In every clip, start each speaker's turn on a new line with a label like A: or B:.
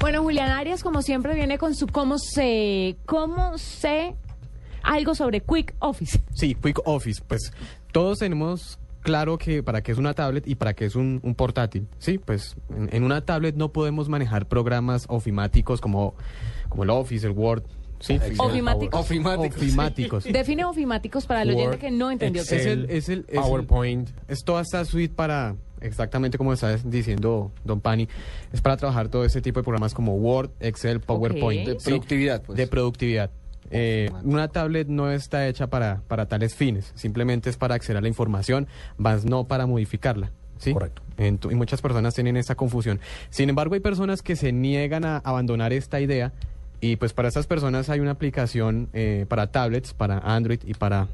A: Bueno, Julián Arias, como siempre, viene con su cómo se, cómo se, algo sobre Quick Office.
B: Sí, Quick Office. Pues todos tenemos claro que para qué es una tablet y para qué es un, un portátil. Sí, pues en, en una tablet no podemos manejar programas ofimáticos como, como el Office, el Word. Sí, pues.
A: Ofimáticos.
C: Ofimáticos.
B: Ofimáticos.
A: Define ofimáticos para el oyente
C: Word,
A: que no entendió. qué
B: Es
A: es.
B: el, es el- es el-
C: PowerPoint.
B: es toda esta suite para, exactamente como está diciendo Don Pani, es para trabajar todo este tipo de programas como Word, Excel, PowerPoint.
A: De
B: ¿sí?
C: productividad, pues.
B: De productividad. Eh, una tablet no está hecha para, para tales fines, simplemente es para acceder a la información, más no para modificarla. ¿sí?
D: Correcto.
B: Ento- y muchas personas tienen esa confusión. Sin embargo, hay personas que se niegan a abandonar esta idea y pues para esas personas hay una aplicación eh, para tablets, para Android y para,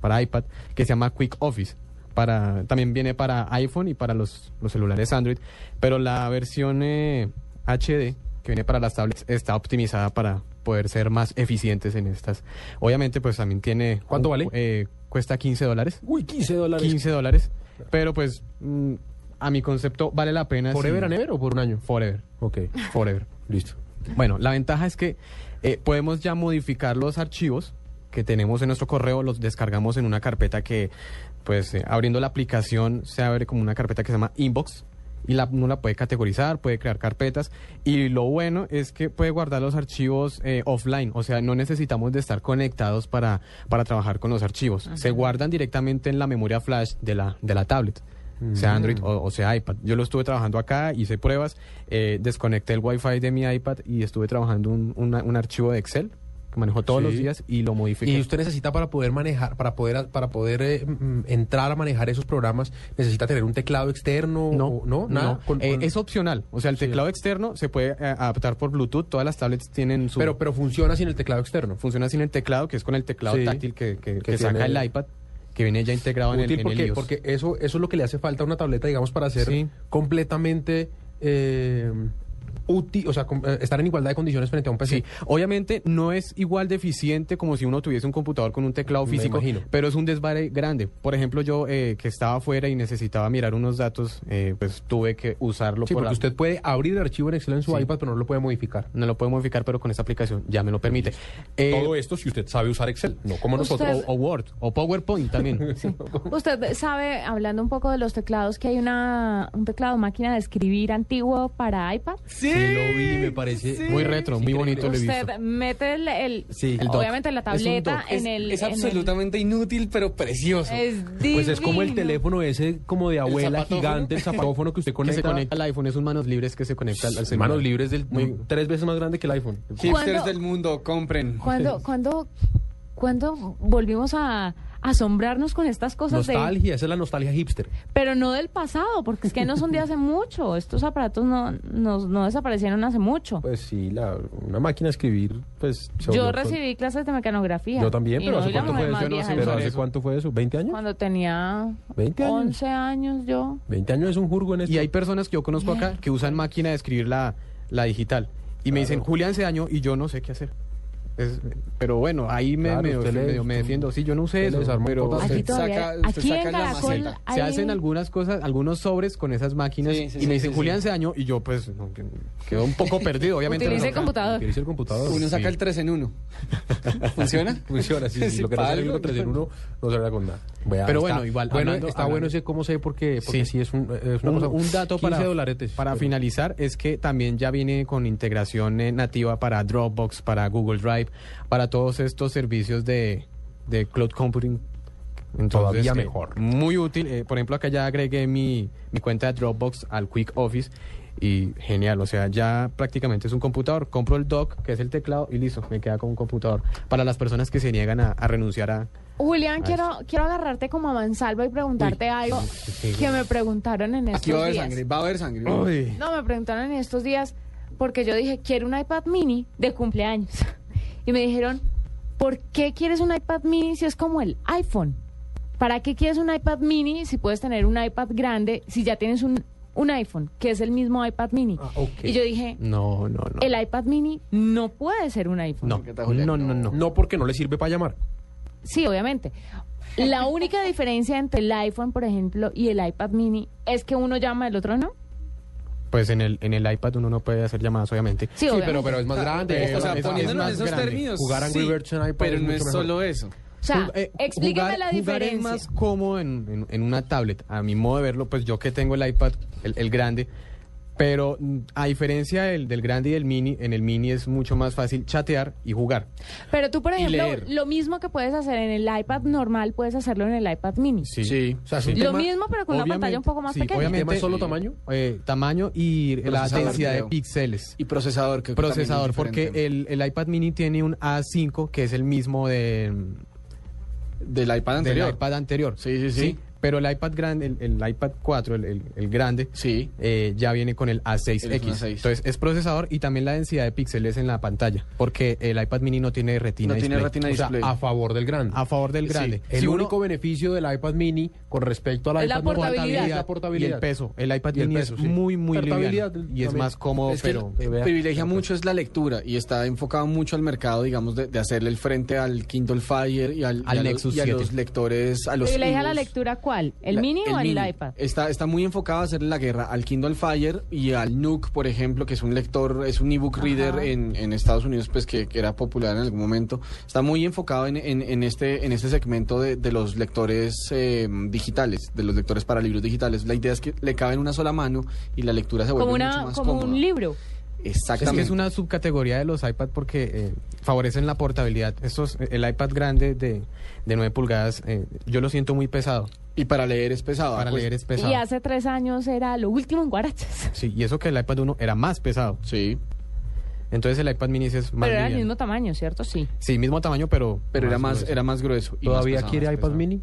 B: para iPad que se llama Quick Office. Para, también viene para iPhone y para los, los celulares Android, pero la versión eh, HD que viene para las tablets está optimizada para poder ser más eficientes en estas. Obviamente, pues también tiene...
D: ¿Cuánto vale?
B: eh, cuesta 15 dólares.
D: Uy, 15 dólares.
B: 15 dólares. Pero pues, mm, a mi concepto, vale la pena.
D: ¿Forever
B: si-
D: and ever o por un año?
B: Forever.
D: Ok,
B: Forever.
D: listo.
B: Bueno, la ventaja es que eh, podemos ya modificar los archivos que tenemos en nuestro correo, los descargamos en una carpeta que, pues, eh, abriendo la aplicación, se abre como una carpeta que se llama Inbox. Y la, uno la puede categorizar, puede crear carpetas. Y lo bueno es que puede guardar los archivos eh, offline. O sea, no necesitamos de estar conectados para, para trabajar con los archivos. Se guardan directamente en la memoria flash de la, de la tablet
D: Mm.
B: sea Android o, o sea iPad. Yo lo estuve trabajando acá, hice pruebas, eh, desconecté el Wi-Fi de mi iPad y estuve trabajando un, una- un archivo de Excel que manejo todos
D: Sí.
B: los días y lo modifiqué.
D: Y usted necesita para poder manejar, para poder, para poder eh, mm, entrar a manejar esos programas, necesita tener un teclado externo,
B: No,
D: o- no, nada. Con-
B: Eh,
D: con-
B: es opcional. O sea, el teclado externo se puede eh, adaptar por Bluetooth. Todas las tablets tienen su.
D: pero, pero funciona sin el teclado externo.
B: funciona sin el teclado, que es con el teclado
D: Sí.
B: táctil que, que-
D: Que
B: que saca
D: tiene-
B: el iPad, que viene ya integrado en el, en
D: útil
B: el
D: porque,
B: iOS.
D: porque eso, eso es lo que le hace falta a una tableta, digamos, para ser
B: Sí.
D: completamente eh, útil, o sea, com- eh, estar en igualdad de condiciones frente a un PC.
B: pues Sí, obviamente no es igual de eficiente como si uno tuviese un computador con un teclado
D: Me
B: físico,
D: imagino.
B: pero es un desvare grande. Por ejemplo, yo eh, que estaba afuera y necesitaba mirar unos datos, eh, pues tuve que usarlo.
D: Sí,
B: por la-
D: porque usted puede abrir el archivo en Excel en su
B: Sí.
D: iPad, pero no lo puede modificar.
B: No lo puedo modificar, pero con esta aplicación ya me lo permite. Eh,
D: Todo esto si usted sabe usar Excel, no como
A: Usted-
D: nosotros.
B: o, o Word, o PowerPoint también.
A: Usted sabe, hablando un poco de los teclados, que hay una, un teclado máquina de escribir antiguo para iPad.
D: Sí, lo vi, me parece
B: Muy retro, muy bonito lo he visto.
A: Usted mete el, el-
D: Sí,
B: el dock.
A: obviamente la
D: Es un
A: tableta
D: dock.
A: en el...
C: es
A: en el- Eh,
C: absolutamente inútil, pero precioso.
A: es
D: Pues es como el
A: divino.
D: teléfono ese como de abuela
C: zapatófono.
D: gigante, el zapatófono que usted
B: Que se
D: conecta.
B: conecta al iPhone, es un manos libres que se conecta al, al celular.
D: Manos libres del tres veces más grande que el iPhone.
C: Hipsters
A: ¿Cuándo-
C: del mundo, compren.
A: ¿Cuándo, cuándo, cuándo volvimos a asombrarnos con estas cosas de...
D: Nostalgia, esa es la nostalgia hipster.
A: Pero no del pasado, porque es que no son de hace mucho. Estos aparatos no, no, no desaparecieron hace mucho.
D: Pues sí, la, una máquina de escribir, pues. se
A: yo
D: volvió-
A: recibí clases de mecanografía.
D: Yo también,
A: Y
D: pero
A: no
D: ¿hace
A: soy la
D: cuánto
A: mujer
D: fue
A: más
B: yo
D: eso?
B: no
A: vieja
B: sé
A: del
D: Pero
A: mundo.
D: ¿hace
B: eso.
D: cuánto fue eso? ¿20 años?
A: Cuando tenía
D: 20 años.
A: 11 años yo.
D: 20 años es un jurgo en esto.
B: Y hay personas que yo conozco acá que usan máquina de escribir la, la digital. Y me dicen, Julián se dañó y yo no sé qué hacer. Es- pero bueno, ahí me,
D: Claro,
B: me-
D: usted le-
B: medio me defiendo. Sí, yo no
D: usted
B: usé
D: le
B: eso.
D: desarmó
B: pero
D: todo.
A: Aquí
C: Usted
A: todavía,
C: saca- usted
A: aquí en
C: saca la
A: Caracol
C: maceta.
B: se
A: hay-
B: hacen algunas cosas, algunos sobres con esas máquinas.
C: Sí, sí,
B: y
C: sí,
B: me dicen,
C: sí,
B: Julián
C: sí.
B: se dañó y yo pues no, que- quedo un poco perdido, obviamente.
A: Utilice el
B: no, no,
A: computador.
D: Utilice el computador.
C: Uno saca
D: Sí.
C: el 3 en 1. ¿Funciona?
D: Funciona, sí, sí,
C: Sí,
D: lo que no
C: para
D: sale
C: algo.
D: 3 en 1 no será con nada. Vea,
B: Pero bueno, igual,
D: pues, Bueno,
B: hablando-
D: está
B: hablando-
D: bueno ese cómo sé, porque, porque sí.
B: Sí.
D: es, un, es una
B: Un,
D: cosa.
B: un dato para,
D: 15 dolaretes.
B: para
D: Pero-
B: finalizar es que también ya viene con integración eh, nativa para Dropbox, para Google Drive, para todos estos servicios de, de cloud computing.
D: Todavía
B: eh,
D: mejor.
B: Muy útil. Eh, por ejemplo, acá ya agregué mi, mi cuenta de Dropbox al Quick Office y genial. O sea, ya prácticamente es un computador. Compro el dock, que es el teclado, y listo, me queda con un computador. Para las personas que se niegan a, a renunciar a...
A: Julián,
D: Ah,
A: quiero, quiero agarrarte como a mansalva y preguntarte algo que me preguntaron en
C: Aquí va
A: estos
C: a haber
A: días.
C: sangre, va a haber sangre.
A: No, me preguntaron en estos días porque yo dije, quiero un iPad mini de cumpleaños. Y me dijeron, ¿por qué quieres un iPad mini si es como el iPhone? ¿Para qué quieres un iPad mini si puedes tener un iPad grande si ya tienes un, un iPhone, que es el mismo iPad mini?
D: Ah, ok.
A: Y yo dije,
B: No, no, no.
A: el iPad mini no puede ser un iPhone.
B: No, no, no, no.
D: No porque no le sirve para llamar.
A: Sí, obviamente. La única diferencia entre el iPhone, por ejemplo, y el iPad mini es que uno llama, el otro no.
B: pues en el, en el iPad uno no puede hacer llamadas, obviamente.
A: Sí,
D: Sí,
A: obviamente.
D: pero, Ah, pero es más grande.
B: Eh,
D: es
C: o sea,
D: más- es
C: poniéndonos
B: más
D: más
C: en esos
B: grande.
C: términos.
D: Jugar Angry
C: sí,
D: Birds en iPad
C: Pero
D: es
C: no
D: mucho
C: es
D: mejor.
C: solo eso.
A: O sea,
B: Jug- eh,
A: explíqueme
B: jugar-
A: la
B: jugar
A: diferencia.
B: es más cómodo en, en- en una tablet. A mi modo de verlo, pues yo que tengo el iPad, el, el grande. Pero mm, a diferencia del, del grande y del mini, en el mini es mucho más fácil chatear y jugar.
A: Pero tú, por
C: Y
A: ejemplo,
C: leer.
A: lo mismo que puedes hacer en el iPad normal, puedes hacerlo en el iPad mini.
D: O sea, es un
A: Lo
D: tema-
A: mismo, pero con una
B: Obviamente,
A: pantalla un poco más
B: sí,
A: pequeña.
B: obviamente,
D: ¿El tema es solo
B: eh,
D: tamaño?
B: eh, tamaño y la
C: Procesador,
B: densidad
C: creo.
B: de píxeles.
C: Y procesador, que
B: procesador,
C: también es
B: porque el, el iPad mini tiene un A5 que es el mismo de,
C: diferente. del iPad anterior.
B: del iPad anterior.
C: Sí, sí, sí.
B: Pero el iPad grande, el, el iPad 4, el, el- el grande,
C: Sí.
B: eh, ya viene con el A6X.
C: El A6.
B: Entonces es procesador y también la densidad de píxeles en la pantalla, porque el iPad mini no tiene retina
C: No tiene
B: display.
C: retina
D: o sea,
C: display.
D: a favor del grande.
B: A favor del
C: Sí,
B: grande.
D: El
B: Si uno-
D: único beneficio del iPad mini con respecto al
A: Es la
D: iPad normal
A: portabilidad.
D: es la portabilidad.
B: y el peso. El iPad
D: Y el
B: mini
D: peso,
B: es
D: sí.
B: muy, muy liviano
D: Portabilidad
B: y es
D: también.
B: más cómodo,
C: Es que
B: pero...
C: el- privilegia mucho es la lectura y está enfocado mucho al mercado, digamos, de, de hacerle el frente al Kindle Fire y al, y
B: Al
C: a los-
B: Nexus
C: y a
B: 7.
C: los lectores, a los
A: ¿Privilegia la
C: Kindles.
A: lectura cuál? ¿El
C: La-
A: mini o el
C: mini.
A: iPad?
C: Está, está muy enfocado a hacerle la guerra al Kindle Fire y al Nook, por ejemplo, que es un lector, es un ebook
A: Ajá.
C: reader en, en Estados Unidos, pues que, que era popular en algún momento. Está muy enfocado en, en- en este, en este segmento de, de los lectores eh, digitales, de los lectores para libros digitales. La idea es que le cabe en una sola mano y la lectura se vuelve
A: Como,
C: mucho
A: una,
C: más
A: como
C: cómoda.
A: un libro.
B: Es
C: Exactamente.
B: que es una subcategoría de los iPad porque eh, favorecen la portabilidad. Estos, el iPad grande de, de 9 pulgadas, eh, yo lo siento muy pesado.
C: Y para leer es pesado.
B: Para
C: pues,
B: leer es pesado.
A: Y hace tres años era lo último en Guarachas.
B: Sí, y eso que el iPad 1 era más pesado.
C: Sí,
B: Entonces el iPad mini sí es más
A: Pero era el
B: liviano.
A: mismo tamaño, ¿cierto? Sí.
B: Sí, mismo tamaño, pero...
C: pero era más, eh,
B: grueso.
C: era más grueso. y más
D: ¿Todavía
C: pesado,
D: quiere
C: más
D: iPad
C: pesado.
D: mini?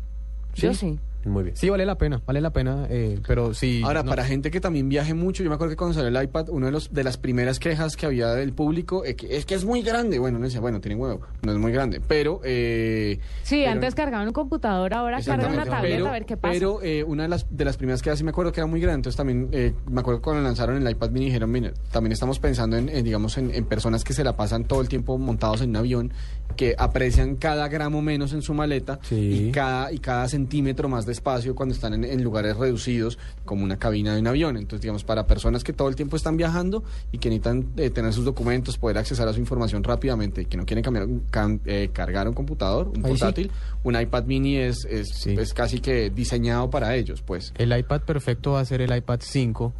A: Yo sí.
D: Muy bien.
B: Sí, vale la pena, vale la pena, eh, pero sí...
C: Ahora,
B: no-
C: para gente que también viaje mucho, yo me acuerdo que cuando salió el iPad, una de, los, de las primeras quejas que había del público es que es, que es muy grande. Bueno, no decía, bueno, tiene huevo, no es muy grande, pero... eh,
A: Sí,
C: pero-
A: antes cargaban un computador, ahora cargan una
C: Exactamente,
A: tableta
C: pero-
A: a ver qué pasa.
C: Pero eh, una de las, de las primeras quejas, sí me acuerdo que era muy grande, entonces también eh, me acuerdo que cuando lanzaron el iPad mini dijeron, mira, también estamos pensando en, en, digamos, en, en personas que se la pasan todo el tiempo montados en un avión, que aprecian cada gramo menos en su maleta
D: Sí.
C: y cada, y cada centímetro más de espacio cuando están en, en lugares reducidos, como una cabina de un avión. Entonces, digamos, para personas que todo el tiempo están viajando y que necesitan eh, tener sus documentos, poder accesar a su información rápidamente, que no quieren cambiar, un- cam- eh, cargar un computador, un
D: Ahí sí.
C: portátil, un iPad mini es, es,
B: Sí.
C: es casi que diseñado para ellos, pues.
B: El iPad perfecto va a ser el iPad 5,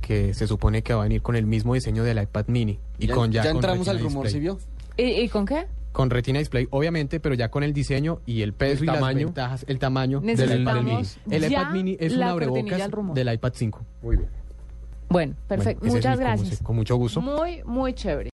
B: que se supone que va a venir con el mismo diseño del iPad mini. Y
C: ya,
B: con ya,
C: ya
B: con
C: entramos
B: Retina
C: al rumor,
B: Display.
C: ¿sí vio?
A: ¿Y, y con qué?
B: Con retina display, obviamente, pero ya con el diseño y el peso
D: El
B: y las
D: tamaño.
B: ventajas, el tamaño del iPad mini.
A: Necesitamos
B: El
A: ya
B: iPad mini es un
A: la cortinilla
B: abrebocas
A: al rumor.
B: del iPad 5.
D: Muy bien.
A: Bueno, perfecto.
B: Bueno, ese
A: Muchas
B: es mi- como se-
A: gracias.
B: Con mucho gusto.
A: Muy, muy chévere.